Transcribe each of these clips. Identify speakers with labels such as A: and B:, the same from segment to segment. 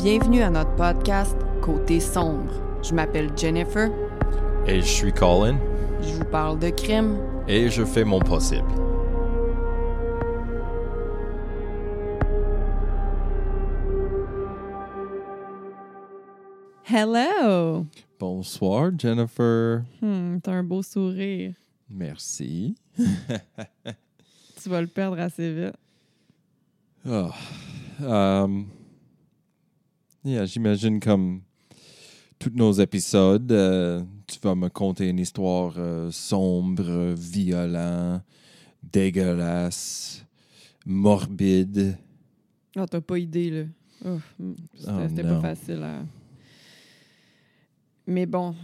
A: Bienvenue à notre podcast Côté sombre. Je m'appelle Jennifer,
B: Et je suis Colin
A: je vous parle de crime.
B: et je fais mon possible.
C: Hello!
B: Bonsoir Jennifer.
C: Hmm, T'as un beau sourire.
B: Merci.
C: Tu vas le perdre assez vite.
B: Ah, euh, yeah, J'imagine comme tous nos épisodes, euh, tu vas me conter une histoire euh, sombre, violente, dégueulasse, morbide.
C: Non, Ah, t'as pas idée, là. Ouf, hmm, C'était
B: Oh,
C: c'était
B: non.
C: pas facile à- Mais bon,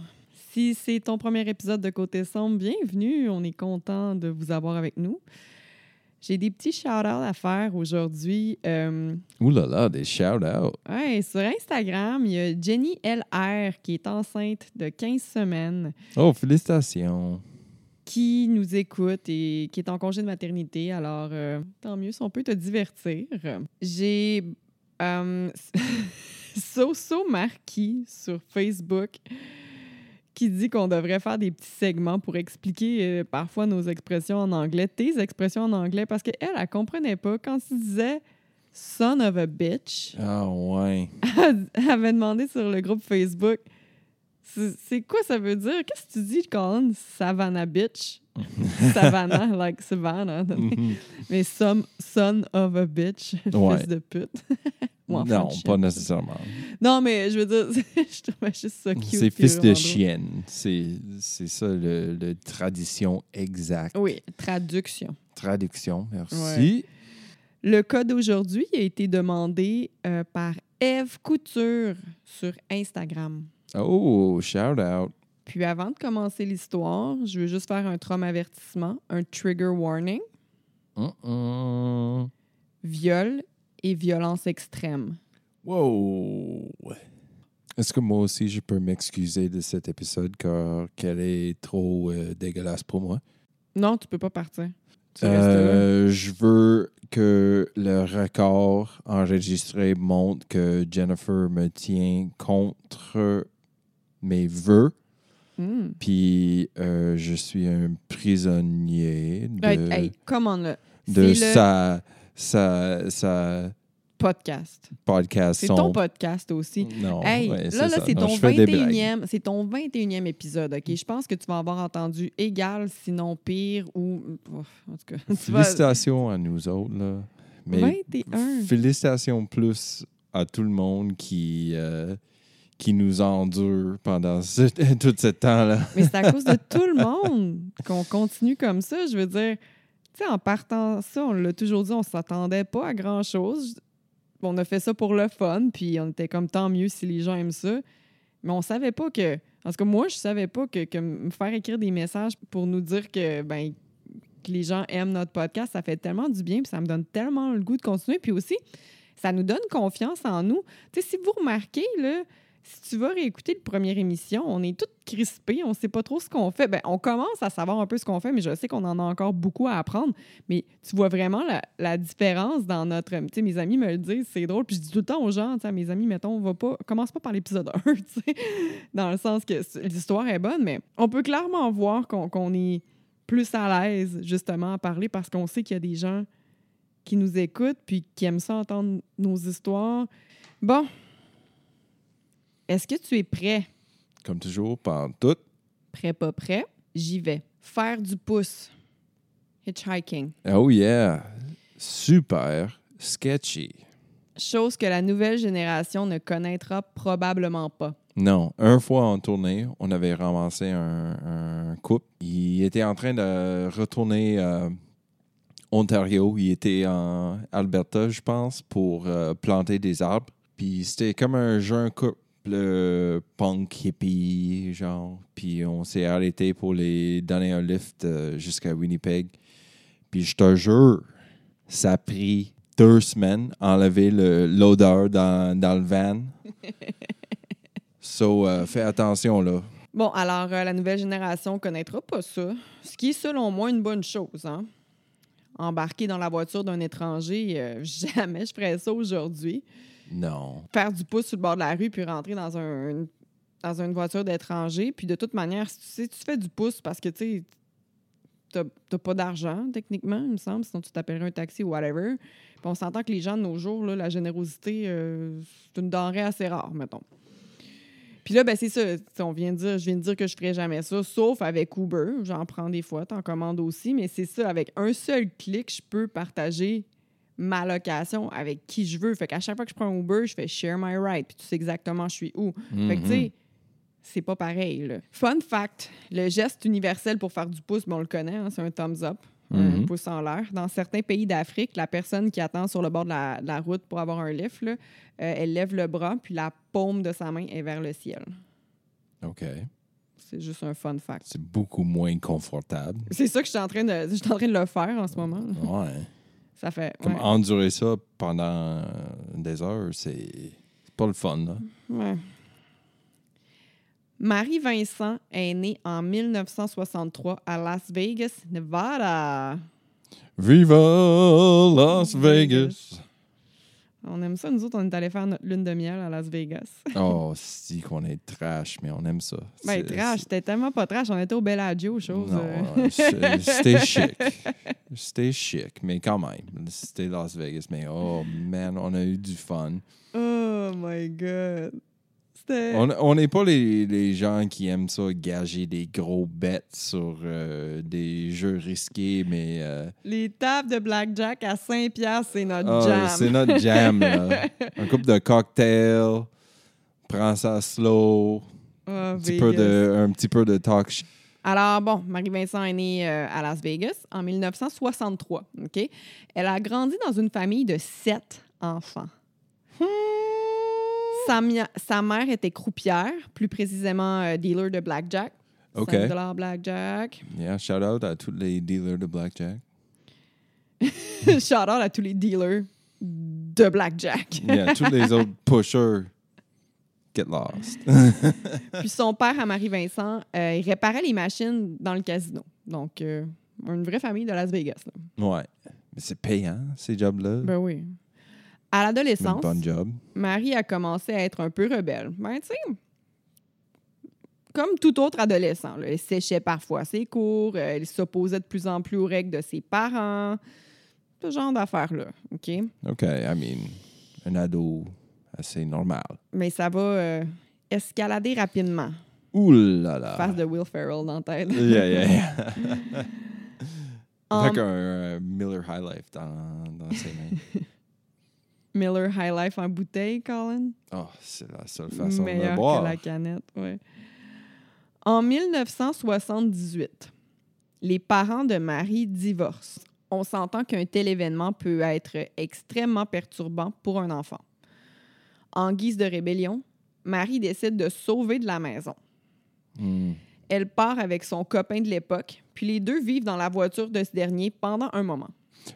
C: si c'est ton premier épisode de Côté Sombre, bienvenue. On est content de vous avoir avec nous. J'ai des petits shout-outs à faire aujourd'hui. Euh,
B: Ouh là là, des shout-outs.
C: ouais, sur Instagram, il y a Jenny LR qui est enceinte de 15 semaines.
B: Oh, félicitations.
C: qui nous écoute et qui est en congé de maternité. Alors, euh, tant mieux si on peut te divertir. J'ai euh, Soso Marquis sur Facebook qui dit qu'on devrait faire des petits segments pour expliquer euh, parfois nos expressions en anglais, tes expressions en anglais, parce qu'elle, elle comprenait pas quand tu disais « son of a bitch
B: Ah ouais. ».
C: Elle avait demandé sur le groupe Facebook « C'est c'est quoi ça veut dire? Qu'est-ce que tu dis, Colin? Savannah bitch? » Savannah, like Savannah.
B: Mhm.
C: Mais some, son of a bitch,
B: Ouais.
C: fils de pute. Ou en
B: non,
C: French.
B: pas nécessairement.
C: Non, mais je veux dire, je trouvais juste ça cute.
B: C'est
C: puis
B: fils de
C: vraiment drôle.
B: chienne. C'est c'est ça, le, le tradition exacte.
C: Oui, traduction.
B: Traduction, merci.
C: Ouais. Le code d'aujourd'hui a été demandé euh, par Eve Couture sur Instagram.
B: Oh, shout out.
C: Puis avant de commencer l'histoire, je veux juste faire un traum avertissement, un trigger warning,
B: Mm, mm.
C: viol et violence extrême.
B: Wow. Est-ce que moi aussi je peux m'excuser de cet épisode car qu'elle est trop euh, dégueulasse pour moi?
C: Non, tu peux pas partir. Tu restes là.
B: Euh, je veux que le record enregistré montre que Jennifer me tient contre mes vœux.
C: Hmm.
B: Puis euh, je suis un prisonnier de,
C: Hey, Ben, hey, come on, là.
B: de
C: C'est le
B: sa, sa, sa
C: podcast.
B: podcast.
C: C'est
B: son-
C: ton podcast aussi.
B: Non,
C: Hey,
B: ouais,
C: là, là
B: ça.
C: c'est
B: Non,
C: ton,
B: je fais des blagues.
C: 21e c'est ton 21e épisode, OK? Je pense que tu vas avoir entendu égal, sinon pire, ou... Ouf, en tout cas, tu vas...
B: Félicitations à nous autres. Là. Mais
C: 21.
B: félicitations plus à tout le monde qui, euh, qui nous endure pendant ce- tout ce temps-là.
C: Mais c'est à cause de tout le monde qu'on continue comme ça. Je veux dire, tu sais, en partant ça, on l'a toujours dit, on s'attendait pas à grand-chose. On a fait ça pour le fun, puis on était comme tant mieux si les gens aiment ça. Mais on savait pas que. En tout cas, moi, je savais pas que, que me faire écrire des messages pour nous dire que, ben, que les gens aiment notre podcast, ça fait tellement du bien, puis ça me donne tellement le goût de continuer. Puis aussi, ça nous donne confiance en nous. Tu sais, si vous remarquez, là, si tu vas réécouter le première émission, on est toutes crispées, on sait pas trop ce qu'on fait. Ben, on commence à savoir un peu ce qu'on fait, mais je sais qu'on en a encore beaucoup à apprendre. Mais tu vois vraiment la, la différence dans notre. Tu sais, mes amis me le disent, c'est drôle. Puis je dis tout le temps aux gens, tu sais, à mes amis, mettons, on va pas, commence pas par l'épisode 1, tu sais, dans le sens que c- l'histoire est bonne, mais on peut clairement voir qu'on qu'on est plus à l'aise, justement, à parler parce qu'on sait qu'il y a des gens qui nous écoutent puis qui aiment ça entendre nos histoires. Bon. Est-ce que tu es prêt?
B: Comme toujours, pendant tout.
C: Prêt, pas prêt? J'y vais. Faire du pouce. Hitchhiking.
B: Oh yeah. Super sketchy.
C: Chose que la nouvelle génération ne connaîtra probablement pas.
B: Non. Une fois en tournée, on avait ramassé un, un couple. Il était en train de retourner euh, Ontario. Il était en Alberta, je pense, pour euh, planter des arbres. Puis c'était comme un jeu, un couple euh, punk hippie, genre. Puis on s'est arrêté pour les donner un lift euh, jusqu'à Winnipeg. Puis je te jure, ça a pris deux semaines enlever le- l'odeur dans, dans le van. so, euh, fais attention, là.
C: Bon, alors, euh, la nouvelle génération connaîtra pas ça, ce qui est selon moi une bonne chose. Hein? Embarquer dans la voiture d'un étranger, euh, jamais je ferais ça aujourd'hui.
B: Non.
C: Faire du pouce sur le bord de la rue puis rentrer dans, un, une- dans une voiture d'étranger. Puis de toute manière, si tu, sais, tu fais du pouce parce que, tu sais, t'as t'as pas d'argent, techniquement, il me semble, sinon tu t'appellerais un taxi ou whatever. Puis on s'entend que les gens de nos jours, là, la générosité, euh, c'est une denrée assez rare, mettons. Puis là, ben c'est ça. tu sais, On vient de dire, je viens de dire que je ferais jamais ça, sauf avec Uber. J'en prends des fois, t'en commandes aussi, mais c'est ça. Avec un seul clic, je peux partager ma location avec qui je veux. Fait qu'à chaque fois que je prends un Uber, je fais share my ride, puis tu sais exactement je suis où. Fait que
B: Mhm.
C: tu sais, c'est pas pareil. là. Fun fact, le geste universel pour faire du pouce, bon, on le connaît, hein, c'est un thumbs up, un
B: Mhm.
C: pouce en l'air. Dans certains pays d'Afrique, la personne qui attend sur le bord de la, de la route pour avoir un lift, là, euh, elle lève le bras, puis la paume de sa main est vers le ciel.
B: Mm-hmm. OK.
C: C'est juste un fun fact.
B: C'est beaucoup moins confortable.
C: C'est ça que je suis en train de, je suis en train de le faire en ce moment. là.
B: Ouais.
C: Ça fait.
B: Comme
C: ouais.
B: endurer ça pendant des heures, c'est c'est pas le fun. Là.
C: Ouais. Marie Vincent est née en 1963 à Las Vegas, Nevada.
B: Viva Las Vegas!
C: On aime ça, nous autres, on est allés faire notre lune de miel à Las Vegas.
B: Oh, si qu'on est trash, mais on aime ça.
C: Ben,
B: C'est-
C: trash, c'était tellement pas trash, on était au Bellagio, chose.
B: Non,
C: euh.
B: ouais, c'est- c'était chic. C'était chic, mais quand même. C'était Las Vegas, mais oh man, on a eu du fun.
C: Oh my god. C'était.
B: On on n'est pas les, les gens qui aiment ça, gager des gros bêtes sur euh, des jeux risqués, mais euh,
C: Les tables de Blackjack à 5$, piastres, c'est notre
B: Ah,
C: jam.
B: C'est notre jam, là. Un couple de cocktails, prends ça slow,
C: Ah,
B: un petit, peu
C: Vegas.
B: de, un petit peu de talk shit.
C: Alors, bon, Marie-Vincent est née euh, à Las Vegas en 1963. OK? Elle a grandi dans une famille de sept enfants.
B: Hmm.
C: Sa, mia- sa mère était croupière, plus précisément euh, dealer de blackjack.
B: OK.
C: 5 blackjack.
B: Yeah, shout out à tous les dealers de Blackjack.
C: Shout out à tous les dealers de blackjack.
B: Yeah, tous les autres pushers, get lost.
C: Puis son père, à Marie-Vincent, euh, il réparait les machines dans le casino. Donc, euh, une vraie famille de Las Vegas. là.
B: ouais. Mais c'est payant, ces jobs-là.
C: Ben oui. À
B: C'est une
C: l'adolescence,
B: bonne job.
C: Marie a commencé à être un peu rebelle. Ben, tu sais, comme tout autre adolescent, là, elle séchait parfois ses cours, euh, elle s'opposait de plus en plus aux règles de ses parents, ce genre d'affaires-là, OK?
B: OK, I mean, un ado assez normal.
C: Mais ça va euh, escalader rapidement,
B: Ouh là là.
C: face de Will Ferrell dans la tête.
B: Yeah, yeah, yeah.
C: En
B: Fait
C: Um,
B: qu'un euh, Miller High Life dans, dans ses mains.
C: Miller High Life en bouteille, Colin.
B: Oh, c'est la seule façon
C: Meilleur
B: de boire.
C: que la canette, ouais. En 1978, les parents de Marie divorcent. On s'entend qu'un tel événement peut être extrêmement perturbant pour un enfant. En guise de rébellion, Marie décide de sauver de la maison.
B: Hmm.
C: Elle part avec son copain de l'époque, puis les deux vivent dans la voiture de ce dernier pendant un moment.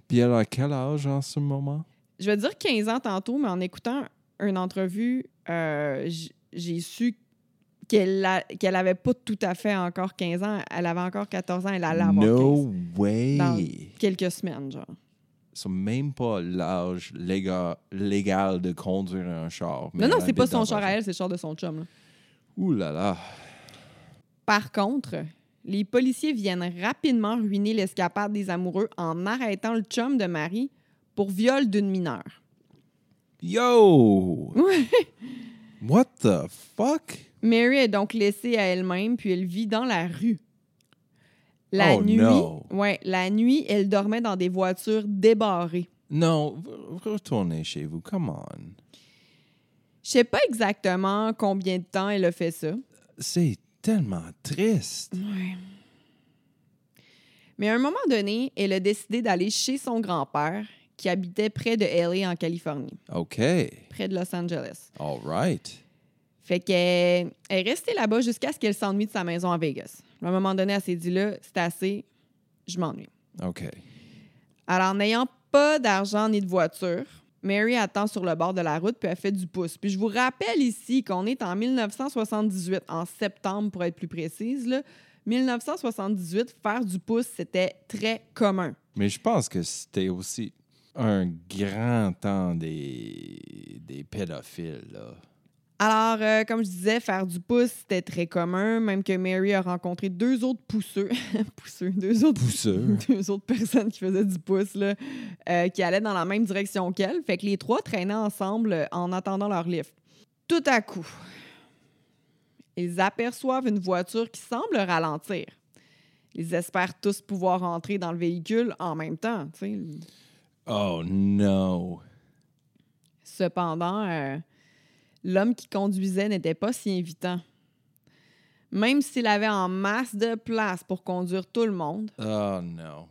B: Puis elle a quel âge en ce moment?
C: je vais dire 15 ans tantôt, mais en écoutant une entrevue, euh, j- j'ai su qu'elle a- qu'elle avait pas tout à fait encore 15 ans. Elle avait encore 14 ans. Elle allait avoir
B: No
C: 15.
B: way!
C: Dans quelques semaines, genre.
B: C'est même pas l'âge légal, légal de conduire un char. mais
C: non, non,
B: elle
C: c'est pas
B: habite
C: son
B: dans
C: char
B: un
C: à elle, c'est le char de son chum. là.
B: Ouh là là!
C: Par contre, les policiers viennent rapidement ruiner l'escapade des amoureux en arrêtant le chum de Marie pour viol d'une mineure.
B: Yo! What the fuck?
C: Mary est donc laissée à elle-même, puis elle vit dans la rue. La
B: Oh,
C: nuit,
B: no.
C: ouais, la nuit, elle dormait dans des voitures débarrées.
B: Non, re- retournez chez vous, come on.
C: Je sais pas exactement combien de temps elle a fait ça,
B: C'est tellement triste.
C: Mais à un moment donné, elle a décidé d'aller chez son grand-père, qui habitait près de LA en Californie,
B: OK.
C: près de Los Angeles.
B: All right.
C: Fait qu'elle elle est restée là-bas jusqu'à ce qu'elle s'ennuie de sa maison à Vegas. À un moment donné, elle s'est dit là, c'est assez, je m'ennuie.
B: OK.
C: Alors, n'ayant pas d'argent ni de voiture, Mary attend sur le bord de la route puis elle fait du pouce. Puis je vous rappelle ici qu'on est en 1978, en septembre pour être plus précise. Là. 1978, faire du pouce, c'était très commun.
B: Mais je pense que c'était aussi un grand temps des, des pédophiles, là.
C: Alors, euh, comme je disais, faire du pouce, c'était très commun, même que Mary a rencontré deux autres pousseux, pousseux, deux autres
B: Pousseux.
C: deux autres personnes qui faisaient du pouce, là, euh, qui allaient dans la même direction qu'elle. Fait que les trois traînaient ensemble euh, en attendant leur lift. Tout à coup, ils aperçoivent une voiture qui semble ralentir. Ils espèrent tous pouvoir entrer dans le véhicule en même temps. tu sais.
B: Oh, no.
C: Cependant, euh, l'homme qui conduisait n'était pas si invitant. Même s'il avait en masse de place pour conduire tout le monde,
B: Oh, no.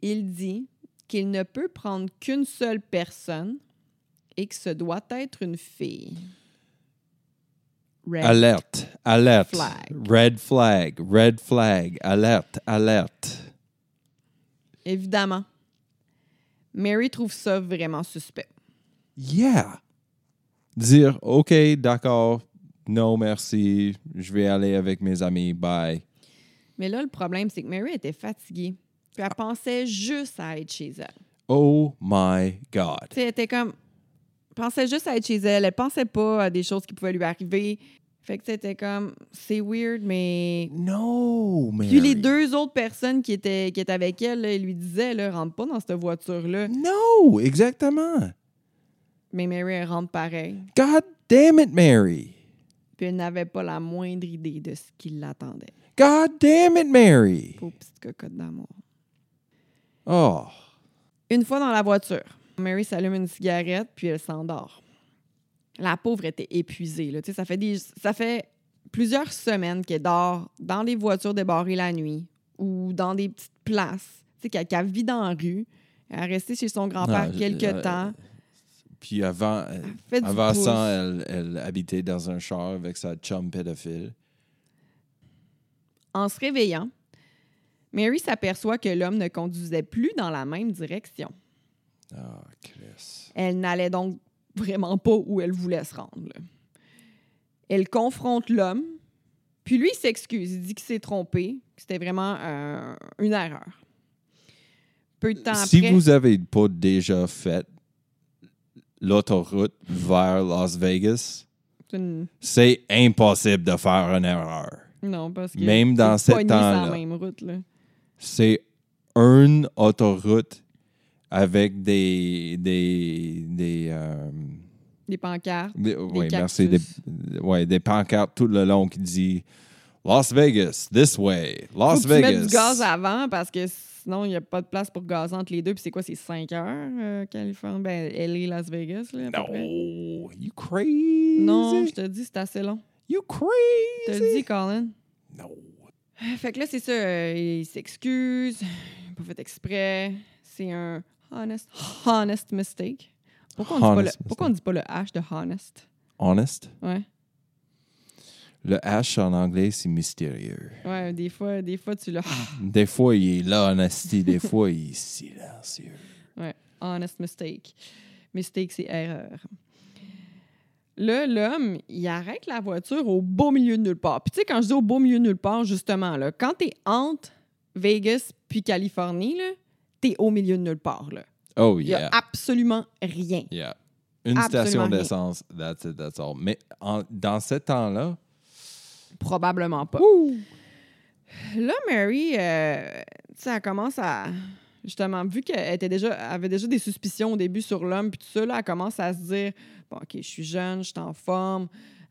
C: Il dit qu'il ne peut prendre qu'une seule personne et que ce doit être une fille. Red.
B: Alerte, alerte.
C: Flag.
B: Red flag, red flag, alerte, alerte.
C: Évidemment. Mary trouve ça vraiment suspect.
B: Yeah. Dire, OK, d'accord, non, merci, je vais aller avec mes amis, bye.
C: Mais là, le problème, c'est que Mary était fatiguée. Puis elle pensait juste à être chez elle.
B: Oh my God.
C: Tu sais, elle était comme. Elle pensait juste à être chez elle. Elle pensait pas à des choses qui pouvaient lui arriver. Fait que c'était comme. C'est weird, mais.
B: No, Mary.
C: Puis les deux autres personnes qui étaient, qui étaient avec elle, là, ils lui disaient là, rentre pas dans cette voiture-là.
B: No, exactement.
C: Mais Mary, elle rentre pareil.
B: God damn it, Mary.
C: Puis elle n'avait pas la moindre idée de ce qui l'attendait.
B: God damn it, Mary.
C: Pauvre petite cocotte d'amour.
B: Oh,
C: Une fois dans la voiture, Mary s'allume une cigarette, puis elle s'endort. La pauvre était épuisée. Là. Tu sais, Ça, fait des, ça fait plusieurs semaines qu'elle dort dans les voitures débarrées la nuit ou dans des petites places. Tu sais, Qu'elle qu'elle vit dans la rue. Elle a resté chez son grand-père
B: Non, je-
C: quelques
B: euh,
C: temps.
B: puis avant, euh,
C: Fait du
B: avant
C: pouce.
B: ça, elle, elle habitait dans un char avec sa chum pédophile.
C: En se réveillant, Mary s'aperçoit que l'homme ne conduisait plus dans la même direction.
B: Ah, Chris.
C: Elle n'allait donc vraiment pas où elle voulait se rendre. là. Elle confronte l'homme, puis lui il s'excuse. Il dit qu'il s'est trompé, que c'était vraiment euh, une erreur. Peu de temps
B: Si
C: après,
B: vous avez pas déjà fait l'autoroute vers Las Vegas,
C: c'est une-
B: c'est impossible de faire une erreur.
C: non parce que
B: Même dans
C: c'est
B: cet
C: pogné sur la
B: temps-là.
C: même route là.
B: C'est une autoroute avec des des des, euh,
C: Des pancartes.
B: des- ouais, merci, des,
C: cactus.
B: ouais, des pancartes tout le long qui dit Las Vegas this way,
C: Faut
B: Las
C: que tu mettes
B: Vegas.
C: du gaz avant parce que sinon il n'y a pas de place pour gazer entre les deux. Puis c'est quoi, c'est 5 heures euh, Californie Ben elle est Las Vegas là. à peu près.
B: No, you crazy.
C: Non, je te dis c'est assez long.
B: you
C: Je te
B: crazy.
C: le dis Colin.
B: No.
C: Ah, Fait que là, c'est ça. euh, il s'excuse. il a Pas fait exprès. C'est un honest, honest mistake. Pourquoi on, dit
B: Honest
C: pas le, pourquoi on dit pas le H de honest?
B: Honest.
C: Ouais.
B: Le H en anglais c'est mystérieux.
C: Ouais, des fois, des fois tu le
B: Des fois il est là, honesty. Des fois il est silencieux.
C: ouais, honest mistake. Mistake, c'est erreur. Là, l'homme, il arrête la voiture au beau milieu de nulle part. Puis tu sais, quand je dis au beau milieu de nulle part, justement, là, quand t'es entre Vegas puis Californie, là, t'es au milieu de nulle part, là.
B: Oh
C: Il y a
B: yeah.
C: absolument rien.
B: Yeah. Une
C: Absolument
B: station
C: rien.
B: d'essence, that's it, that's all. Mais en- dans ce temps-là,
C: Probablement pas. Là, Mary, euh, tu sais, elle commence à. Justement, vu qu'elle était déjà, elle avait déjà des suspicions au début sur l'homme, puis tout ça, là, elle commence à se dire Bon, OK, je suis jeune, je suis en forme.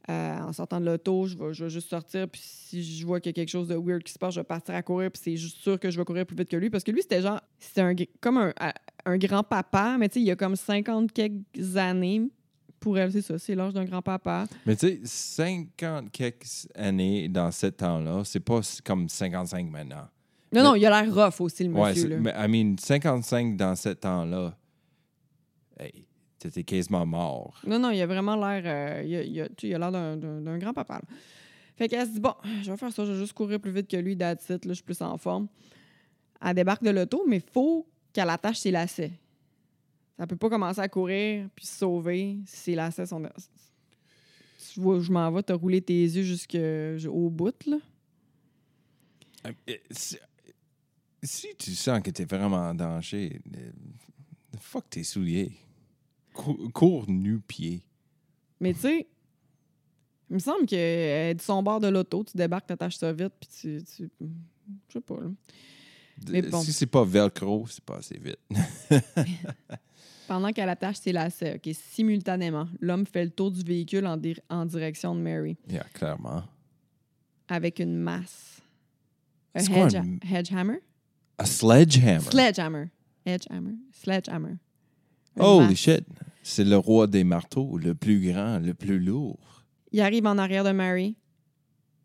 C: Euh, en sortant de l'auto, je vais, je vais juste sortir, puis si je vois qu'il y a quelque chose de weird qui se passe, je vais partir à courir, puis c'est juste sûr que je vais courir plus vite que lui. Parce que lui, c'était genre, c'était un, gr- comme un, à- un grand-papa, mais tu sais, il y a comme 50 quelques années. Pour elle, c'est ça, c'est l'âge d'un grand-papa.
B: mais tu sais, 50 quelques années dans ce temps-là, c'est pas s- comme 55 maintenant.
C: Non, non, il a l'air rough aussi, le
B: Ouais,
C: monsieur.
B: c'est-
C: là.
B: mais I mean, 55 dans ce temps-là, hey, t'étais quasiment mort.
C: Non, non, il a vraiment l'air. euh, il a- il a- tu sais, il a l'air d'un- d'un d'un grand papa. là. Fait qu'elle se dit Bon, je vais faire ça, je vais juste courir plus vite que lui, that's it, là, je suis plus en forme. Elle débarque de l'auto, mais faut qu'elle attache ses lacets. Ça peut pas commencer à courir puis se sauver si ses lacets sont. dans- Tu vois, je m'en vais, t'as roulé tes yeux jusqu'au bout, là.
B: Euh, Si, si tu sens que t'es vraiment en danger, euh, fuck tes souliers. Cou- cours nu-pied.
C: Mais tu sais, il me semble que euh, de son bord de l'auto, tu débarques, t'attaches ça vite, puis tu. tu- je sais pas, là. Mais bon.
B: Euh, Si c'est pas velcro, c'est pas assez vite.
C: Pendant qu'elle attache ses lacets, OK, simultanément, l'homme fait le tour du véhicule en, dir- en direction de Mary
B: Yeah, clairement.
C: avec une masse. Un
B: C'est quoi
C: hedge-
B: une-
C: hedgehammer?
B: A sledgehammer.
C: Sledgehammer. Hedgehammer. Sledgehammer. Une
B: Holy
C: masse.
B: shit. C'est le roi des marteaux, le plus grand, le plus lourd.
C: Il arrive en arrière de Mary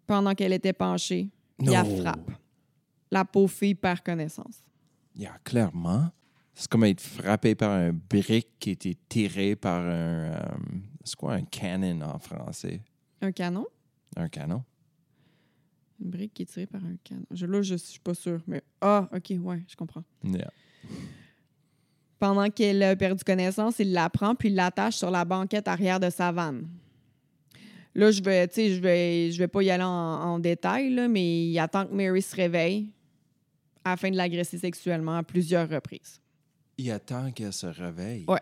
C: pendant qu'elle était penchée. Il la
B: No.
C: frappe. La pauvre fille perd connaissance.
B: Yeah, clairement. C'est comme être frappé par un brick qui était tiré par un. euh, c'est quoi un cannon en français?
C: Un canon?
B: Un canon?
C: Une brique qui est tirée par un canon. Je, là, je suis pas sûre, mais... Ah, OK, ouais, je comprends.
B: Yeah.
C: Pendant qu'elle a perdu connaissance, il la prend puis il l'attache sur la banquette arrière de sa vanne. Là, je vais, tu sais, je vais, je vais pas y aller en, en détail, là, mais il attend que Mary se réveille afin de l'agresser sexuellement à plusieurs reprises.
B: Il attend qu'elle se réveille.
C: Ouais.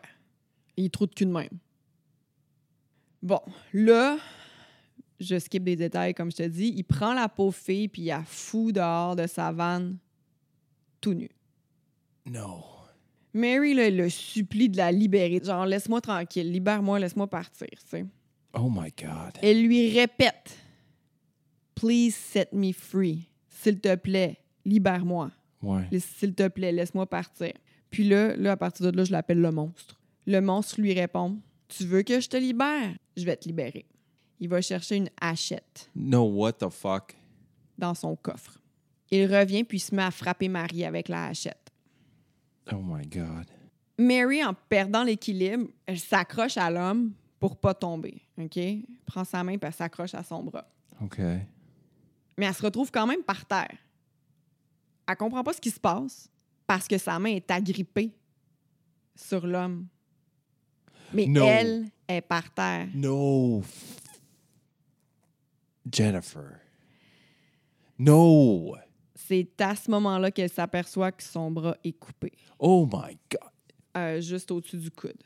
C: Il trouve de cul de même. Bon, là, je skip des détails, comme je te dis. Il prend la pauvre fille puis il la fout dehors de sa vanne, tout nu.
B: Non.
C: Mary, là, elle le supplie de la libérer. Genre, laisse-moi tranquille, libère-moi, laisse-moi partir, tu sais.
B: Oh my God.
C: Elle lui répète Please set me free. S'il te plaît, libère-moi.
B: Ouais.
C: S'il te plaît, laisse-moi partir. Puis là, là, à partir de là, je l'appelle le monstre. Le monstre lui répond Tu veux que je te libère Je vais te libérer. Il va chercher une hachette
B: No, what the fuck?
C: dans son coffre. Il revient puis il se met à frapper Marie avec la hachette.
B: Oh my God.
C: Mary, en perdant l'équilibre, elle s'accroche à l'homme pour pas tomber. OK? Elle Prend sa main et elle s'accroche à son bras.
B: OK.
C: Mais elle se retrouve quand même par terre. Elle comprend pas ce qui se passe parce que sa main est agrippée sur l'homme. Mais
B: Non.
C: elle est par terre.
B: No. Jennifer. No.
C: C'est à ce moment-là qu'elle s'aperçoit que son bras est coupé,
B: Oh my God.
C: euh, juste au-dessus du coude.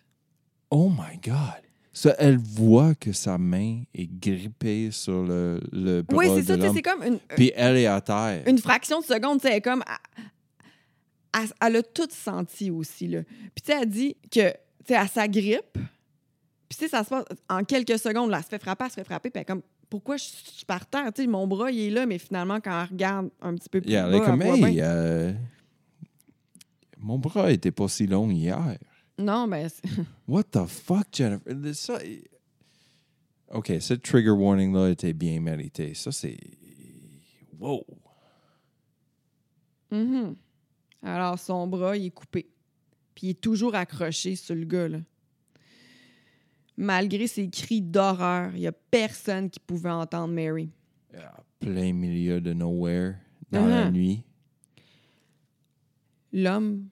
B: Oh my God. Ça, elle voit que sa main est grippée sur le, le bras
C: Oui, c'est
B: de
C: ça, tu sais,
B: l'homme.
C: c'est comme une,
B: Puis elle est à terre.
C: une fraction de seconde, tu sais, elle est comme. Elle, elle- elle a tout senti aussi, là. Puis, tu sais, elle dit que, tu sais, elle s'agrippe. Puis, tu sais, ça se passe en quelques secondes, là. Elle se fait frapper, elle se fait frapper. Puis, elle est comme, pourquoi je suis par terre? Tu sais, mon bras, il est là. Mais finalement, quand elle regarde un petit peu plus
B: Yeah, elle
C: bas,
B: est comme,
C: elle voit
B: hey,
C: bien.
B: euh, mon bras était pas si long hier.
C: Non, mais c'est-
B: What the fuck, Jennifer? Ça, OK, ce trigger warning-là était bien mérité. Ça, c'est... Wow!
C: Mhm. Alors, son bras, il est coupé. Puis, il est toujours accroché sur le gars, là. Malgré ses cris d'horreur, il n'y a personne qui pouvait entendre Mary.
B: Ah, plein milieu de nowhere, dans la
C: Mhm.
B: nuit.
C: L'homme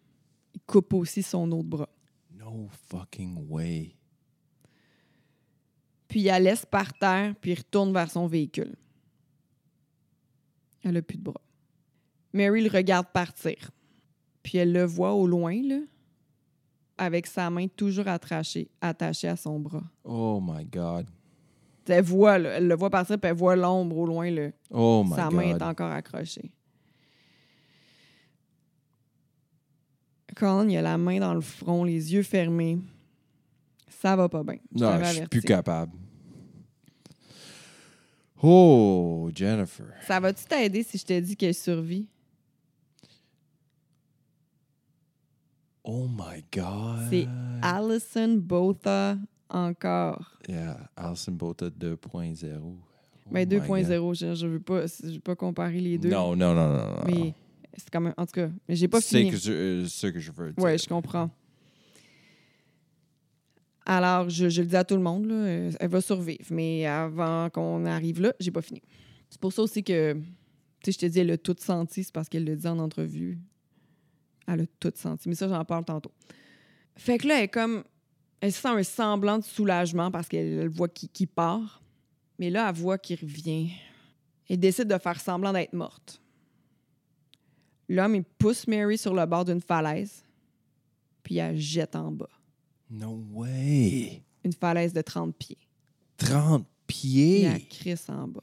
C: il coupe aussi son autre bras.
B: No fucking way.
C: Puis il la laisse par terre, puis il retourne vers son véhicule. Elle a plus de bras. Mary le regarde partir. Puis elle le voit au loin, là, avec sa main toujours attachée, attachée à son bras.
B: Oh my God.
C: Elle voit, là, elle le voit partir, puis elle voit l'ombre au loin, là.
B: Oh my
C: sa
B: God.
C: main est encore accrochée. Colin, il a la main dans le front, les yeux fermés. Ça va pas bien. Je
B: Non,
C: t'avais
B: Ah, je suis
C: averti.
B: plus capable. Oh, Jennifer.
C: Ça va-tu t'aider si je te dis qu'elle survit?
B: Oh my God.
C: C'est Allison Botha encore.
B: Yeah, Alison Bota 2.0. Oh
C: Mais
B: my God.
C: 2.0, je, je veux pas, je veux pas comparer les deux.
B: Non, non, non, non. non.
C: Mais C'est comme un- en tout cas, mais j'ai pas
B: C'est
C: fini.
B: que je- euh, ce que je veux dire.
C: Oui, je comprends. Alors, je, je le dis à tout le monde, là, euh, elle va survivre. Mais avant qu'on arrive là, j'ai pas fini. C'est pour ça aussi que, tu sais, je te dis, elle a tout senti, c'est parce qu'elle le dit en entrevue. Elle a tout senti. Mais ça, j'en parle tantôt. Fait que là, elle est comme. Elle sent un semblant de soulagement parce qu'elle voit qu'il qu'il part. Mais là, elle voit qu'il revient. Elle décide de faire semblant d'être morte. L'homme, il pousse Mary sur le bord d'une falaise, puis il la jette en bas.
B: No way!
C: Une falaise de 30 pieds. Il
B: 30 pieds!
C: la crisse en bas.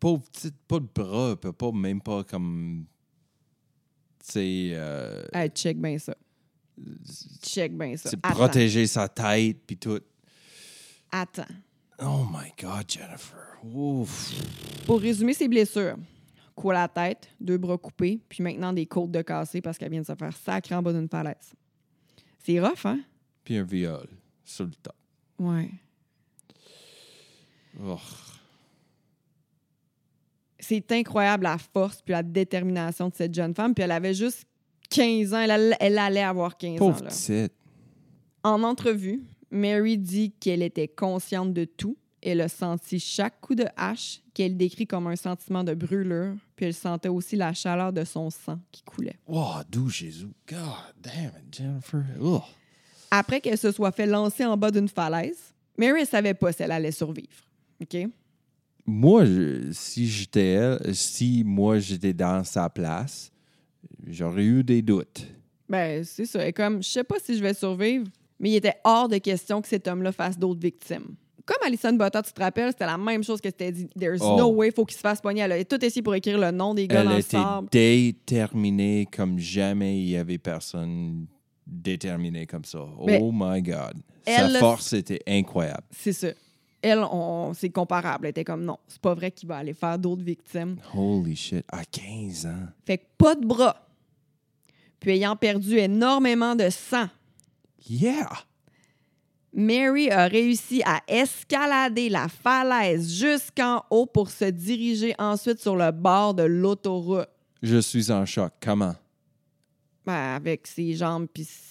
B: Pauvre petite, pas de bras, elle peut pas, même pas comme. Tu sais, euh,
C: Elle check bien ça. Check bien ça.
B: tu sais,
C: Attends.
B: protéger sa tête, puis tout.
C: Attends.
B: Oh my God, Jennifer. Ouf.
C: Pour résumer ses blessures, coup à la tête, deux bras coupés, puis maintenant des côtes de cassé parce qu'elle vient de se faire sacrer en bas d'une falaise. C'est rough, hein?
B: Puis un viol sur le top.
C: Ouais.
B: Oh.
C: c'est incroyable la force puis la détermination de cette jeune femme. Puis elle avait juste 15 ans. Elle, allait- elle allait avoir 15
B: Pauvre
C: ans. là.
B: petite.
C: En entrevue, Mary dit qu'elle était consciente de tout. Elle a senti chaque coup de hache qu'elle décrit comme un sentiment de brûlure. Puis elle sentait aussi la chaleur de son sang qui coulait.
B: Oh, d'où Jésus. God damn it, Jennifer. Oh.
C: Après qu'elle se soit fait lancer en bas d'une falaise, Mary ne savait pas si elle allait survivre. OK?
B: Moi, je- si j'étais elle, si moi j'étais dans sa place, j'aurais eu des doutes.
C: Ben, c'est ça. Et comme, je sais pas si je vais survivre, mais il était hors de question que cet homme-là fasse d'autres victimes. Comme Alison Botta, tu te rappelles, c'était la même chose que c'était dit. There's
B: Oh.
C: no way, faut qu'il se fasse pogner. Elle a tout essayé pour écrire le nom des gars
B: Elle
C: dans le
B: était
C: sable.
B: déterminée comme jamais il y avait personne déterminée comme ça.
C: Mais
B: oh my God.
C: elle-
B: Sa force était incroyable.
C: C'est ça. Elle, on, c'est comparable. Elle était comme, non, c'est pas vrai qu'il va aller faire d'autres victimes.
B: Holy shit. À 15 ans.
C: Fait que pas de bras. Puis ayant perdu énormément de sang,
B: Yeah!
C: Mary a réussi à escalader la falaise jusqu'en haut pour se diriger ensuite sur le bord de l'autoroute.
B: Je suis en choc. Comment?
C: Ben, avec ses jambes, puis ses...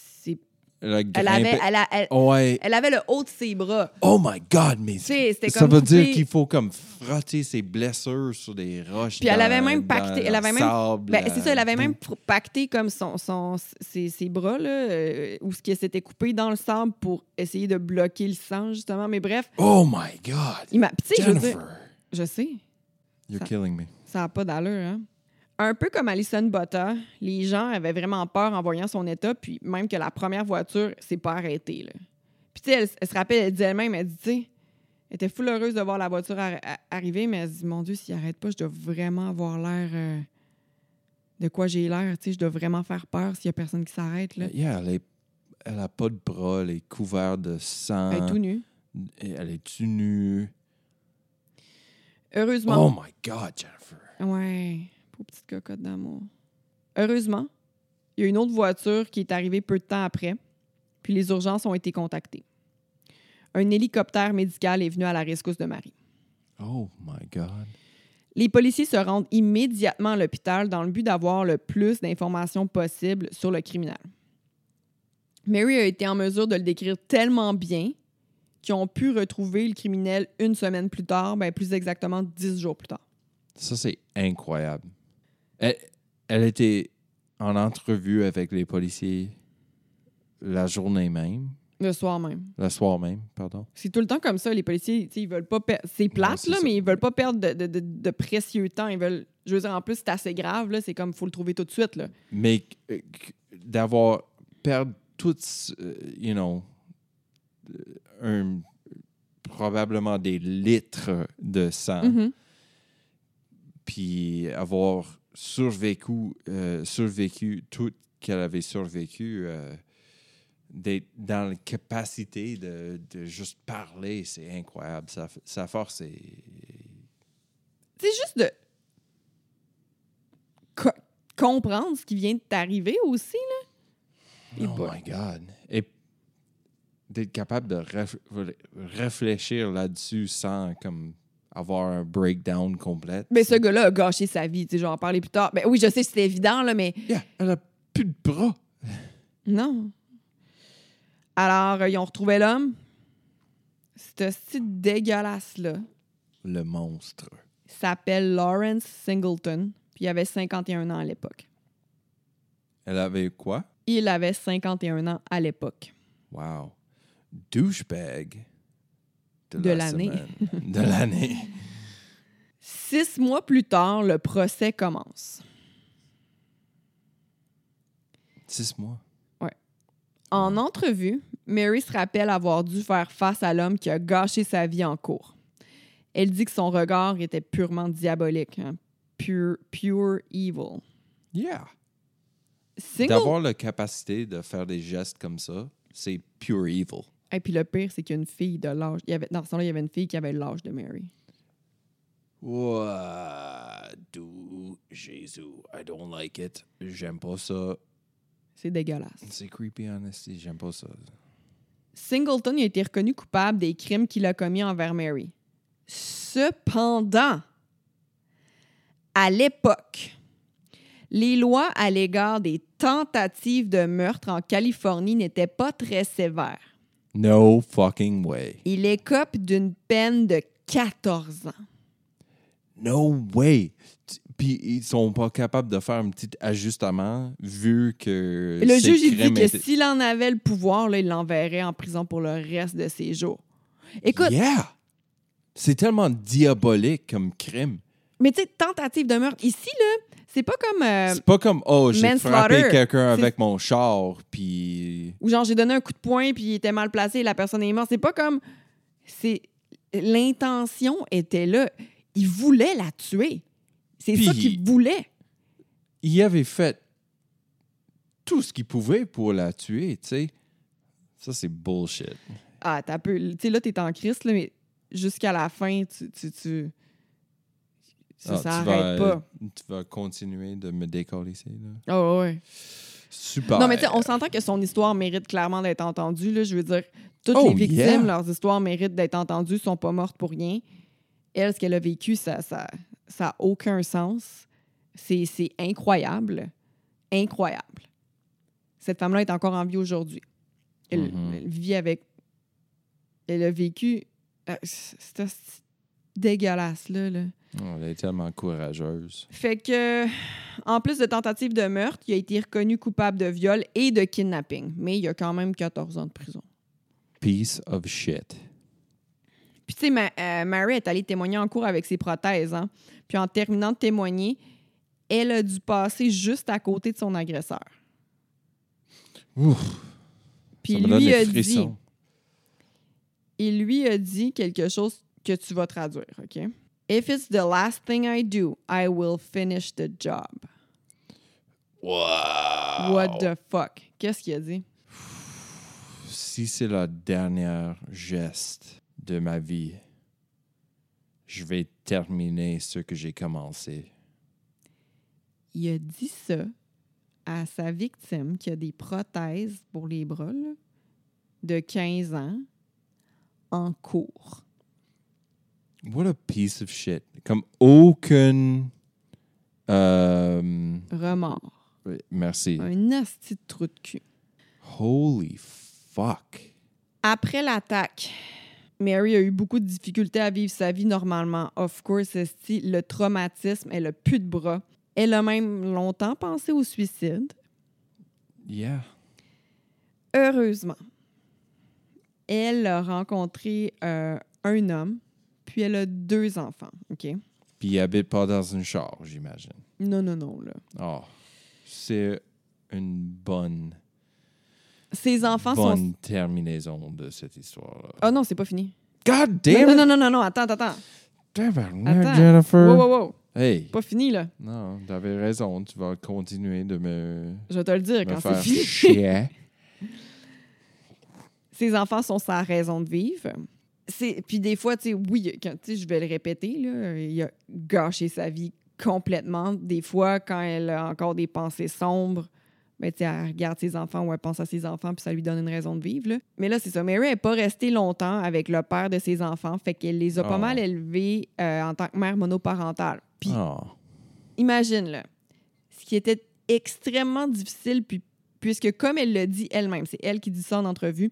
B: Elle, a grimpé-
C: Elle avait, elle, a- elle-
B: Ouais.
C: elle avait le haut de ses bras.
B: Oh my God, mais
C: sais, c'était
B: ça
C: comme
B: veut
C: coupé.
B: dire qu'il faut comme frotter ses blessures sur des roches.
C: Puis elle
B: dans-
C: avait même
B: dans
C: pacté...
B: le
C: Elle avait même...
B: sable, euh,
C: ben,
B: la-
C: c'est ça, elle avait même pr- pacté comme son, son, ses, ses bras, là, euh, ou ce qui s'était coupé dans le sable pour essayer de bloquer le sang, justement. Mais bref,
B: Oh my God!
C: il m'a... Puis tu sais, je veux dire-
B: Jennifer,
C: Je sais,
B: you're
C: Ça-
B: killing me.
C: ça n'a pas d'allure, hein? Un peu comme Alison Botta, les gens avaient vraiment peur en voyant son état, puis même que la première voiture s'est pas arrêtée. Là. Puis, tu sais, elle, elle se rappelle, elle dit elle-même, elle dit, tu sais, elle était full heureuse de voir la voiture arri- a- arriver, mais elle se dit, mon Dieu, s'il arrête pas, je dois vraiment avoir l'air euh, de quoi j'ai l'air, tu sais, je dois vraiment faire peur s'il y a personne qui s'arrête. là.
B: Yeah, elle, est- elle a pas de bras, elle est couverte de sang.
C: Elle est tout nue.
B: Et elle est tout nue.
C: Heureusement.
B: Oh my God, Jennifer.
C: Ouais, pauvre petite cocotte d'amour. Heureusement, il y a une autre voiture qui est arrivée peu de temps après, puis les urgences ont été contactées. Un hélicoptère médical est venu à la rescousse de Marie.
B: Oh my God.
C: Les policiers se rendent immédiatement à l'hôpital dans le but d'avoir le plus d'informations possibles sur le criminel. Mary a été en mesure de le décrire tellement bien qu'ils ont pu retrouver le criminel une semaine plus tard, ben plus exactement dix jours plus tard.
B: Ça, c'est incroyable. Elle, elle était en entrevue avec les policiers la journée même,
C: Le soir même.
B: le soir même, pardon.
C: C'est tout le temps comme ça. Les policiers, tu sais, ils veulent pas perdre. C'est
B: Ouais,
C: plate,
B: c'est
C: là,
B: ça.
C: mais ils veulent pas perdre de, de- de- de précieux temps. Ils veulent. Je veux dire, en plus, c'est assez grave, là. C'est comme, faut le trouver tout de suite, là.
B: Mais euh, qu- d'avoir perdu tout, ce- euh, you know, euh, un, Ah.
C: Mm-hmm. Mhm.
B: probablement des litres de sang, puis avoir survécu, euh, survécu tout qu'elle avait survécu, euh, d'être dans la capacité de, de juste parler, c'est incroyable. Sa, sa force est.
C: C'est juste de co- comprendre ce qui vient de t'arriver aussi. Et
B: oh
C: boy.
B: my God. Et d'être capable de réf- réfléchir là-dessus sans comme avoir un breakdown complet.
C: Mais Ben, ce gars-là a gâché sa vie. Tu sais, je vais en parler plus tard. Ben oui, je sais, c'est évident, là, mais
B: Yeah, elle a plus de bras.
C: non. Alors, euh, ils ont retrouvé l'homme. Ce style dégueulasse-là
B: Le monstre.
C: s'appelle Lawrence Singleton. Puis il avait 51 ans à l'époque.
B: Elle avait quoi?
C: Il avait 51 ans à l'époque.
B: Wow. Douchebag
C: De
B: la
C: l'année.
B: semaine. De l'année.
C: Six mois plus tard, le procès commence.
B: Six mois.
C: En entrevue, Mary se rappelle avoir dû faire face à l'homme qui a gâché sa vie en cours. Elle dit que son regard était purement diabolique, hein, pure, pure evil.
B: Yeah.
C: Single.
B: D'avoir la capacité de faire des gestes comme ça, c'est pure evil.
C: Et puis le pire, c'est qu'il y a une fille de l'âge. il y avait- Dans ce temps-là, il y avait une fille qui avait l'âge de Mary.
B: Ouah, D'où Jésus, I don't like it. J'aime pas ça.
C: C'est dégueulasse.
B: C'est creepy, honesty. J'aime pas ça.
C: Singleton a été reconnu coupable des crimes qu'il a commis envers Mary. Cependant, à l'époque, les lois à l'égard des tentatives de meurtre en Californie n'étaient pas très sévères.
B: No fucking way.
C: Il écope d'une peine de 14 ans.
B: No way. Tu- Puis ils sont pas capables de faire un petit ajustement vu que.
C: Le
B: Euh, ces
C: juge il dit
B: crimes
C: que
B: étaient-
C: s'il en avait le pouvoir, là, il l'enverrait en prison pour le reste de ses jours. Écoute,
B: Yeah! C'est tellement diabolique comme crime.
C: mais tu sais, tentative de meurtre, ici, là, c'est pas comme... euh,
B: c'est pas comme, oh, j'ai
C: manslaughter,
B: frappé quelqu'un
C: c'est-
B: avec mon char, puis.
C: ou genre j'ai donné un coup de poing puis il était mal placé, la personne est morte. C'est pas comme c'est l'intention était là. Il voulait la tuer. C'est
B: Puis-
C: ça qu'il voulait.
B: Il avait fait tout ce qu'il pouvait pour la tuer, tu sais. Ça, c'est bullshit.
C: Ah, t'as peu. Tu sais là t'es en crise là, mais jusqu'à la fin tu tu, tu- ça,
B: Ah,
C: ça
B: tu vas- euh,
C: arrête pas.
B: Tu vas continuer de me décoller, là.
C: Ah ouais.
B: Super.
C: Non mais tu sais, on s'entend que son histoire mérite clairement d'être entendue là. Je veux dire toutes
B: Oh,
C: les victimes
B: yeah.
C: leurs histoires méritent d'être entendues, sont pas mortes pour rien. Elle ce qu'elle a vécu ça ça ça a aucun sens. C'est c'est incroyable. Incroyable. Cette femme-là est encore en vie aujourd'hui. Elle,
B: Mhm.
C: elle vit avec. Elle a vécu. euh, C'est c'est- c'est dégueulasse, là, là.
B: Oh, elle est tellement courageuse.
C: Fait que, en plus de tentative de meurtre, il a été reconnu coupable de viol et de kidnapping. Mais il a quand même 14 ans de prison.
B: Piece of shit.
C: Puis, tu sais, Ma- euh, Mary est allée témoigner en cours avec ses prothèses. hein. Puis, en terminant de témoigner, elle a dû passer juste à côté de son agresseur.
B: Ouf,
C: Puis,
B: ça me donne
C: lui
B: des
C: a dit.
B: frissons.
C: il lui a dit quelque chose que tu vas traduire, OK? If it's the last thing I do, I will finish the job.
B: Wow.
C: What the fuck? Qu'est-ce qu'il a dit?
B: si c'est la dernière geste de ma vie, je vais terminer ce que j'ai commencé.
C: Il a dit ça à sa victime qui a des prothèses pour les bras là, de 15 ans en cours.
B: What a piece of shit. Comme aucune. euh,
C: Remords.
B: merci.
C: Un asti de trou de cul.
B: Holy fuck.
C: Après l'attaque, Mary a eu beaucoup de difficultés à vivre sa vie normalement. Of course, esti, le traumatisme, elle a plus de bras. Elle a même longtemps pensé au suicide.
B: Yeah.
C: Heureusement, elle a rencontré euh, un homme, puis elle a deux enfants. OK?
B: Puis il habite pas dans un char, j'imagine.
C: Non, non, non. Là.
B: Oh, c'est une bonne,
C: Ses enfants sont.
B: bonne terminaison de cette histoire-là.
C: Oh non, c'est pas fini.
B: God
C: Non,
B: damn
C: non,
B: it!
C: non, non, non, attends, attends.
B: Tabarnak,
C: Attends.
B: Jennifer.
C: Wow, wow, wow.
B: Hey!
C: Pas fini, là.
B: Non, t'avais raison. Tu vas continuer de me,
C: Je vais te le dire
B: me
C: quand c'est
B: faire
C: fini.
B: chier.
C: Ses enfants sont sa raison de vivre. C'est- Puis des fois, tu sais, oui, quand, tu sais, je vais le répéter, là, il a gâché sa vie complètement. Des fois, quand elle a encore des pensées sombres, ben, tu sais, elle regarde ses enfants ou elle pense à ses enfants, puis ça lui donne une raison de vivre. là. Mais là, c'est ça. Mary n'est pas restée longtemps avec le père de ses enfants, fait qu'elle les a
B: Ah.
C: pas mal élevés euh, en tant que mère monoparentale. Puis
B: Oh.
C: imagine là, ce qui était extrêmement difficile, puis, puisque comme elle le dit elle-même, c'est elle qui dit ça en entrevue,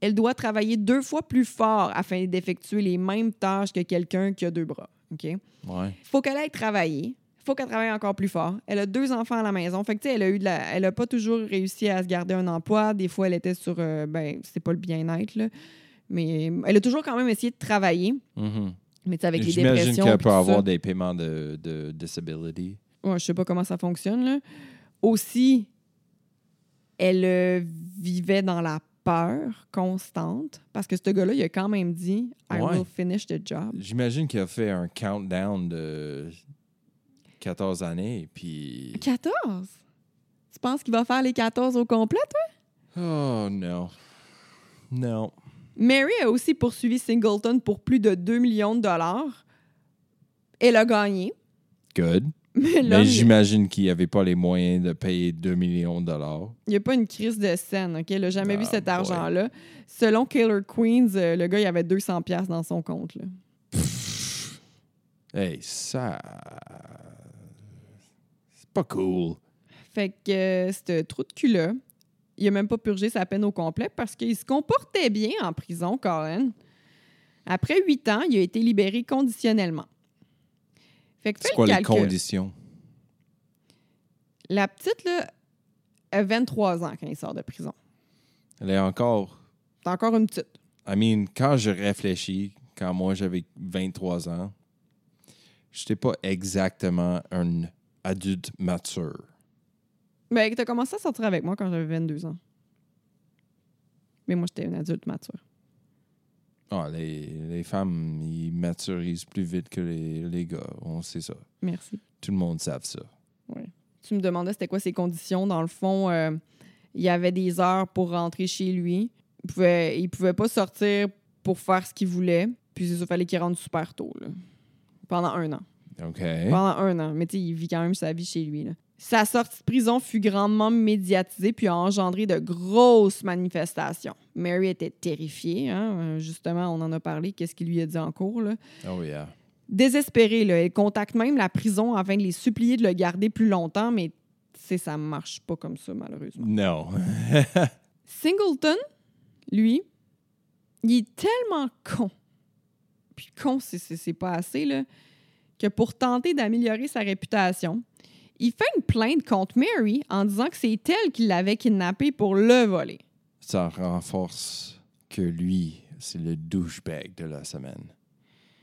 C: elle doit travailler deux fois plus fort afin d'effectuer les mêmes tâches que quelqu'un qui a deux bras. OK?
B: Ouais.
C: faut qu'elle aille travailler. faut qu'elle travaille encore plus fort. Elle a deux enfants à la maison. Fait que, tu sais, elle a eu de la... Elle a pas toujours réussi à se garder un emploi. Des fois, elle était sur... euh, ben, c'est pas le bien-être, là. Mais elle a toujours quand même essayé de travailler.
B: Mhm.
C: Mais tu sais, avec les
B: J'imagine
C: dépressions...
B: qu'elle
C: puis
B: peut
C: tout ça.
B: avoir des paiements de, de disability.
C: Ouais, je sais pas comment ça fonctionne. Là. Aussi, elle euh, vivait dans la peur constante parce que ce gars-là, il a quand même dit I
B: Ouais.
C: will finish the job.
B: J'imagine qu'elle a fait un countdown de 14 années, puis...
C: 14 Tu penses qu'il va faire les 14 au complet, toi?
B: Oh, non. Non.
C: Mary a aussi poursuivi Singleton pour plus de 2 millions de dollars. Elle a gagné.
B: Good.
C: Mais là,
B: Mais
C: il
B: j'imagine qu'il n'y avait pas les moyens de payer 2 millions de dollars.
C: n'y a pas une crise de scène. OK? Elle n'a jamais
B: Ah,
C: vu cet
B: boy.
C: argent-là. Selon Killer Queens, euh, le gars, il avait 200$ piastres dans son compte. là.
B: Hey, ça... C'est pas cool.
C: Fait que euh, ce trou de cul-là, il a même pas purgé sa peine au complet parce qu'il se comportait bien en prison, Colin. Après huit ans, il a été libéré conditionnellement. Fait que fais
B: C'est
C: le
B: quoi les
C: calcul.
B: conditions?
C: La petite, là, a 23 ans quand il sort de prison.
B: Elle est encore...
C: T'es encore une petite.
B: I mean, quand je réfléchis, quand moi j'avais 23 ans, j'étais pas exactement un adulte mature.
C: Ben, t'as commencé à sortir avec moi quand j'avais 22 ans. Mais moi, j'étais une adulte mature.
B: Ah, les, les femmes, ils maturisent plus vite que les, les gars. On sait ça.
C: Merci.
B: Tout le monde savent ça.
C: tu me demandais c'était quoi ses conditions. Dans le fond, euh, il y avait des heures pour rentrer chez lui. Il pouvait, il pouvait pas sortir pour faire ce qu'il voulait. Puis c'est ça, fallait qu'il rentre super tôt. là. Pendant un an.
B: OK.
C: Pendant un an. Mais tu sais, il vit quand même sa vie chez lui. là. Sa sortie de prison fut grandement médiatisée puis a engendré de grosses manifestations. Mary était terrifiée. hein. Euh, Justement, on en a parlé. Qu'est-ce qu'il lui a dit en cours? Là.
B: Oh, yeah.
C: Désespérée, là, elle contacte même la prison afin de les supplier de le garder plus longtemps, mais tu sais, ça marche pas comme ça, malheureusement.
B: Non.
C: Singleton, lui, il est tellement con, puis con, c'est- c'est c'est pas assez, là, que pour tenter d'améliorer sa réputation, il fait une plainte contre Mary en disant que c'est elle qui l'avait kidnappée pour le voler.
B: ça renforce que lui, c'est le douchebag de la semaine.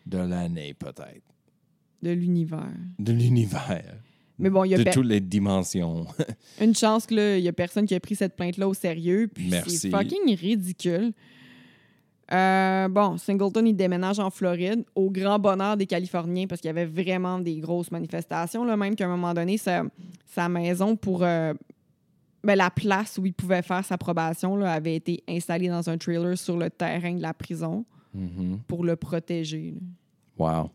B: De l'année, peut-être.
C: De l'univers.
B: De l'univers.
C: Mais bon, il y a ben
B: De
C: pe-
B: toutes les dimensions.
C: Une chance que là, il y a personne qui a pris cette plainte-là au sérieux. Puis
B: Merci.
C: c'est fucking ridicule. Euh, bon, Singleton, il déménage en Floride, au grand bonheur des Californiens, parce qu'il y avait vraiment des grosses manifestations, là, même qu'à un moment donné, sa, sa maison pour euh, ben, la place où il pouvait faire sa probation là, avait été installée dans un trailer sur le terrain de la prison
B: Mhm.
C: pour le protéger. là.
B: Wow.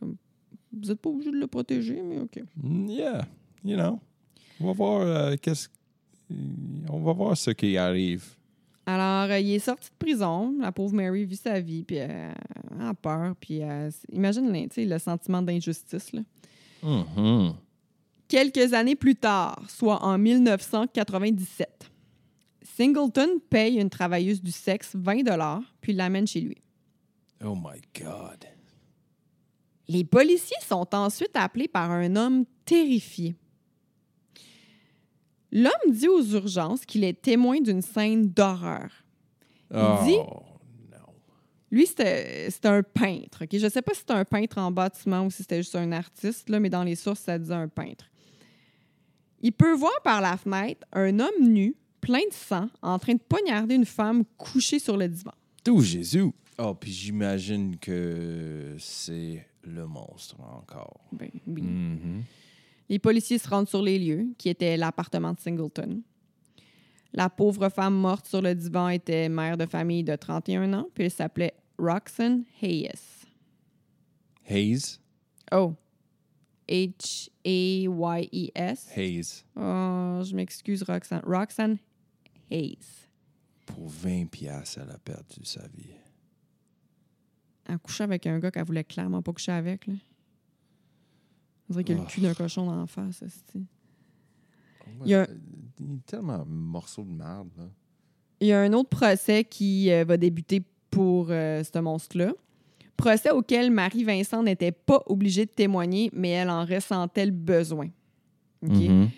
C: Vous n'êtes pas obligé de le protéger, mais OK.
B: Mm, Yeah. You know. On va voir euh, qu'est-ce... On va voir ce qui arrive.
C: Alors, euh, il est sorti de prison. La pauvre Mary vit sa vie, puis euh, elle a peur. Puis euh, c- imagine là, tu sais, le sentiment d'injustice. là.
B: Mhm.
C: Quelques années plus tard, soit en 1997, Singleton paye une travailleuse du sexe 20 puis l'amène chez lui.
B: Oh, my God.
C: Les policiers sont ensuite appelés par un homme terrifié. L'homme dit aux urgences qu'il est témoin d'une scène d'horreur.
B: Oh,
C: dit-
B: non.
C: Lui, c'était c'était un peintre. ok? Je ne sais pas si c'était un peintre en bâtiment ou si c'était juste un artiste, là, mais dans les sources, ça disait un peintre. Il peut voir par la fenêtre un homme nu, plein de sang, en train de poignarder une femme couchée sur le divan.
B: Tout Jésus. Oh, puis j'imagine Ah, que c'est le monstre encore.
C: Ben, oui.
B: Mhm.
C: Les policiers se rendent sur les lieux, qui était l'appartement de Singleton. La pauvre femme morte sur le divan était mère de famille de 31 ans, puis elle s'appelait Roxanne Hayes.
B: Hayes.
C: Oh. H-A-Y-E-S.
B: Hayes.
C: Oh, je m'excuse, Roxanne. Roxanne Hayes.
B: Pour 20 piastres, elle a perdu sa vie.
C: Elle couchait avec un gars qu'elle voulait clairement pas coucher avec. Là. On dirait qu'il a le
B: Oh.
C: cul d'un cochon d'en face. esti. Il y a-
B: Il est tellement un morceau de merde. là.
C: Il y a un autre procès qui euh, va débuter pour euh, ce monstre-là. Procès auquel Marie-Vincent n'était pas obligée de témoigner, mais elle en ressentait le besoin. OK?
B: Mhm.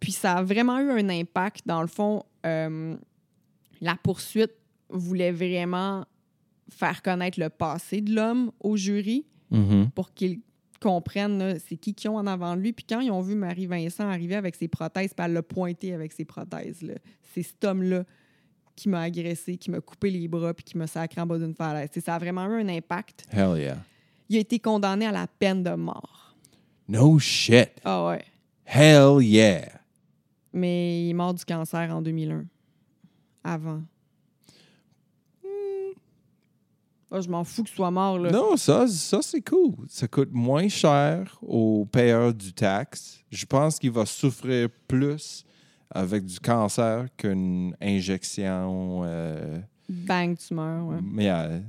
C: Puis ça a vraiment eu un impact. Dans le fond, euh, la poursuite voulait vraiment faire connaître le passé de l'homme au jury
B: Mhm.
C: pour qu'ils comprennent là, c'est qui qui ont en avant de lui. Puis quand ils ont vu Marie-Vincent arriver avec ses prothèses, puis elle l'a pointé avec ses prothèses, là. c'est cet homme-là qui m'a agressé, qui m'a coupé les bras, puis qui m'a sacré en bas d'une falaise. Tu sais, ça a vraiment eu un impact.
B: Hell yeah.
C: Il a été condamné à la peine de mort.
B: No shit.
C: Ah ouais.
B: Hell yeah.
C: Mais il est mort du cancer en 2001. Avant. Ah, je m'en fous qu'il soit mort, là.
B: Hmm. Non, ça, ça c'est cool. Ça coûte moins cher au payeur du taxe. Je pense qu'il va souffrir plus avec du cancer qu'une injection. euh,
C: Bang, tu meurs, ouais.
B: Mais, euh,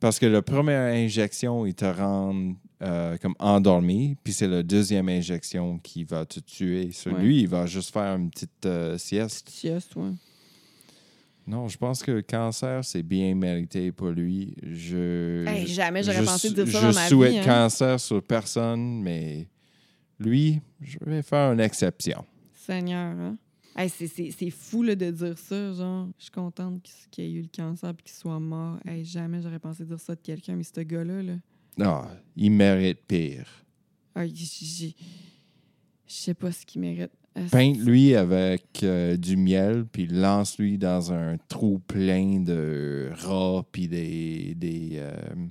B: parce que la première injection, il te rend euh, comme endormi, puis c'est la deuxième injection qui va te tuer. Celui,
C: Ouais.
B: lui, il va juste faire une petite euh, sieste.
C: Sieste,
B: Euh,
C: ouais.
B: Non, je pense que le cancer, c'est bien mérité pour lui. Je,
C: Hey,
B: je-
C: jamais j'aurais
B: je
C: pensé
B: sou-
C: dire ça
B: je
C: dans ma
B: souhaite
C: vie, hein.
B: cancer sur personne, mais lui, je vais faire une exception.
C: Seigneur, hein? Hey, c'est- c'est c'est fou là, de dire ça, genre. Je suis contente qu'il s- qu'il ait eu le cancer et qu'il soit mort. Hey, jamais j'aurais pensé dire ça de quelqu'un, mais ce gars-là, là.
B: Non, Ah, il mérite pire.
C: Ah, j- j'ai- Je sais pas ce qu'il mérite. Ah,
B: Ben,
C: c'est-
B: Peinte-lui avec euh, du miel, puis lance-lui dans un trou plein de rats, puis des. des euh,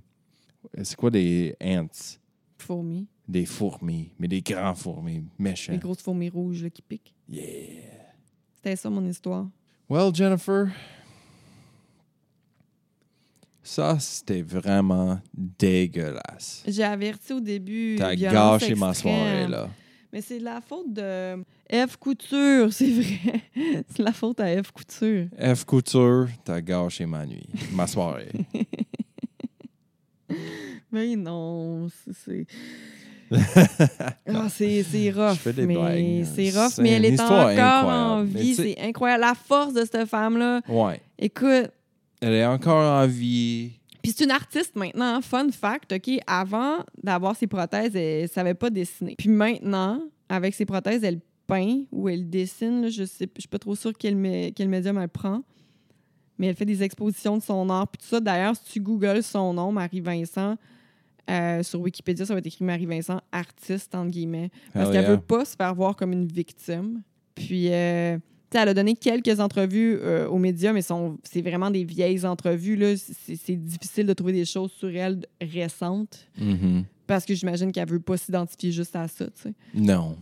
B: c'est quoi des ants?
C: Fourmis.
B: Des fourmis, mais des grands fourmis, méchants.
C: Les grosses fourmis rouges là, qui piquent.
B: Yeah.
C: C'était ça mon histoire.
B: Well, Jennifer, ça c'était vraiment dégueulasse.
C: J'ai averti au début.
B: T'as
C: violence
B: gâché ma
C: extrême.
B: soirée là.
C: Mais c'est de la faute de F. Couture, c'est vrai. c'est de la faute à F. Couture.
B: F couture, t'as gâché ma nuit, ma soirée.
C: Mais non, c'est- c'est. Ah, c'est c'est rough.
B: Je fais des
C: mais
B: blagues.
C: C'est rough,
B: C'est
C: mais elle
B: une
C: est encore
B: histoire
C: en
B: incroyable. Mais
C: vie.
B: tu sais-
C: C'est incroyable. La force de cette femme-là.
B: ouais,
C: Écoute,
B: elle est encore en vie.
C: puis c'est une artiste maintenant. hein. Fun fact, OK? Avant d'avoir ses prothèses, elle savait pas dessiner. Puis maintenant, avec ses prothèses, elle peint ou elle dessine. là, je sais, je suis pas trop sûre quel, mé- quel médium elle prend. Mais elle fait des expositions de son art. Puis tout ça, d'ailleurs, si tu googles son nom, Marie-Vincent, euh, sur Wikipédia, ça va être écrit Marie-Vincent, artiste, entre guillemets. Parce
B: Hell
C: qu'elle
B: yeah.
C: veut pas se faire voir comme une victime. Puis, euh, tu sais, elle a donné quelques entrevues euh, aux médias, mais sont- c'est vraiment des vieilles entrevues. là. C'est c'est difficile de trouver des choses sur elle récentes
B: Mhm.
C: parce que j'imagine qu'elle veut pas s'identifier juste à ça, tu sais.
B: Non.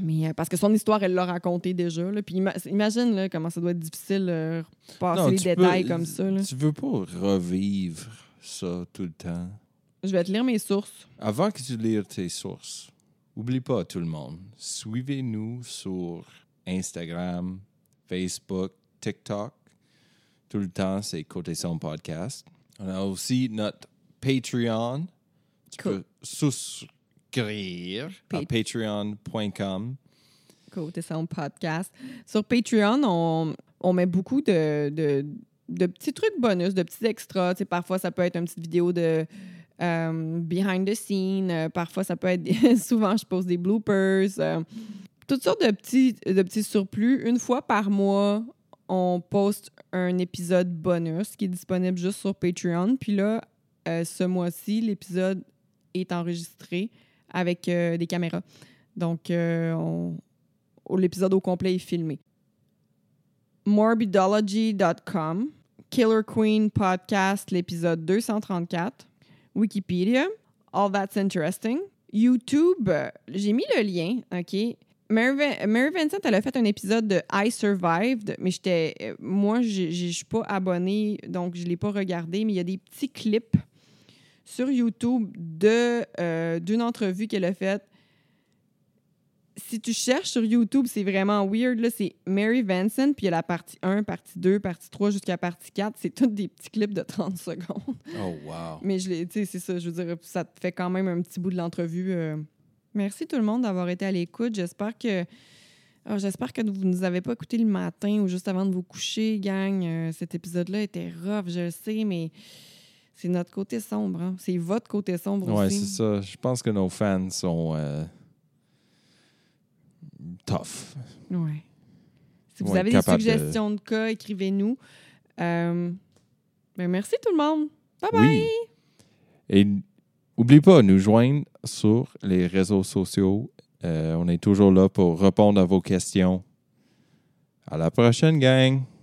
C: Mais euh, parce que son histoire, elle l'a racontée déjà. là. Puis ima- imagine là, comment ça doit être difficile euh, passer
B: non
C: les
B: tu
C: détails
B: peux-
C: comme ça. là.
B: Tu veux pas revivre ça tout le temps.
C: Je vais te lire mes sources.
B: Avant que tu lires tes sources, oublie pas tout le monde, suivez-nous sur Instagram, Facebook, TikTok. Tout le temps, c'est Côté Son Podcast. On a aussi notre Patreon. Tu
C: Cool.
B: peux souscrire à
C: Pa-
B: patreon.com.
C: Côté son podcast. Sur Patreon, on, on met beaucoup de, de- de petits trucs bonus, de petits extras. Tu sais, parfois, ça peut être une petite vidéo de euh, behind the scene. Euh, parfois, ça peut être. des- souvent, je pose des bloopers. euh, toutes sortes de petits, de petits surplus. Une fois par mois, on poste un épisode bonus qui est disponible juste sur Patreon. Puis là, euh, ce mois-ci, l'épisode est enregistré avec euh, des caméras. Donc, euh, on- au- l'épisode au complet est filmé. Morbidology.com, Killer Queen Podcast, l'épisode 234, Wikipédia, All That's Interesting. YouTube, euh, j'ai mis le lien, OK? Mary, Vin- Mary Vincent, elle a fait un épisode de I Survived, mais j'étais. euh, Moi, j'ai- j'ai- je suis pas abonnée, donc je l'ai pas regardé, mais il y a des petits clips sur YouTube de, euh, d'une entrevue qu'elle a faite. Si tu cherches sur YouTube, c'est vraiment weird. Là, c'est Mary Vincent, puis il y a la partie 1, partie 2, partie 3 jusqu'à partie 4. C'est tous des petits clips de 30 secondes.
B: Oh, wow.
C: Mais je l'ai- tu sais, c'est ça, je veux dire, ça te fait quand même un petit bout de l'entrevue. euh. Merci tout le monde d'avoir été à l'écoute. J'espère que ah, j'espère que vous nous avez pas écouté le matin ou juste avant de vous coucher, gang. Euh, cet épisode-là était rough, je le sais, mais c'est notre côté sombre. hein. C'est votre côté sombre
B: Ouais,
C: aussi.
B: c'est ça. Je pense que nos fans sont euh, tough.
C: Ouais. Si vous
B: Ouais,
C: avez des
B: capable de-
C: suggestions de, cas, écrivez-nous. Euh, ben, merci tout le monde. Bye bye.
B: Oui. Et n- oublie pas, nous joindre sur les réseaux sociaux. Euh, on est toujours là pour répondre à vos questions. À la prochaine, gang!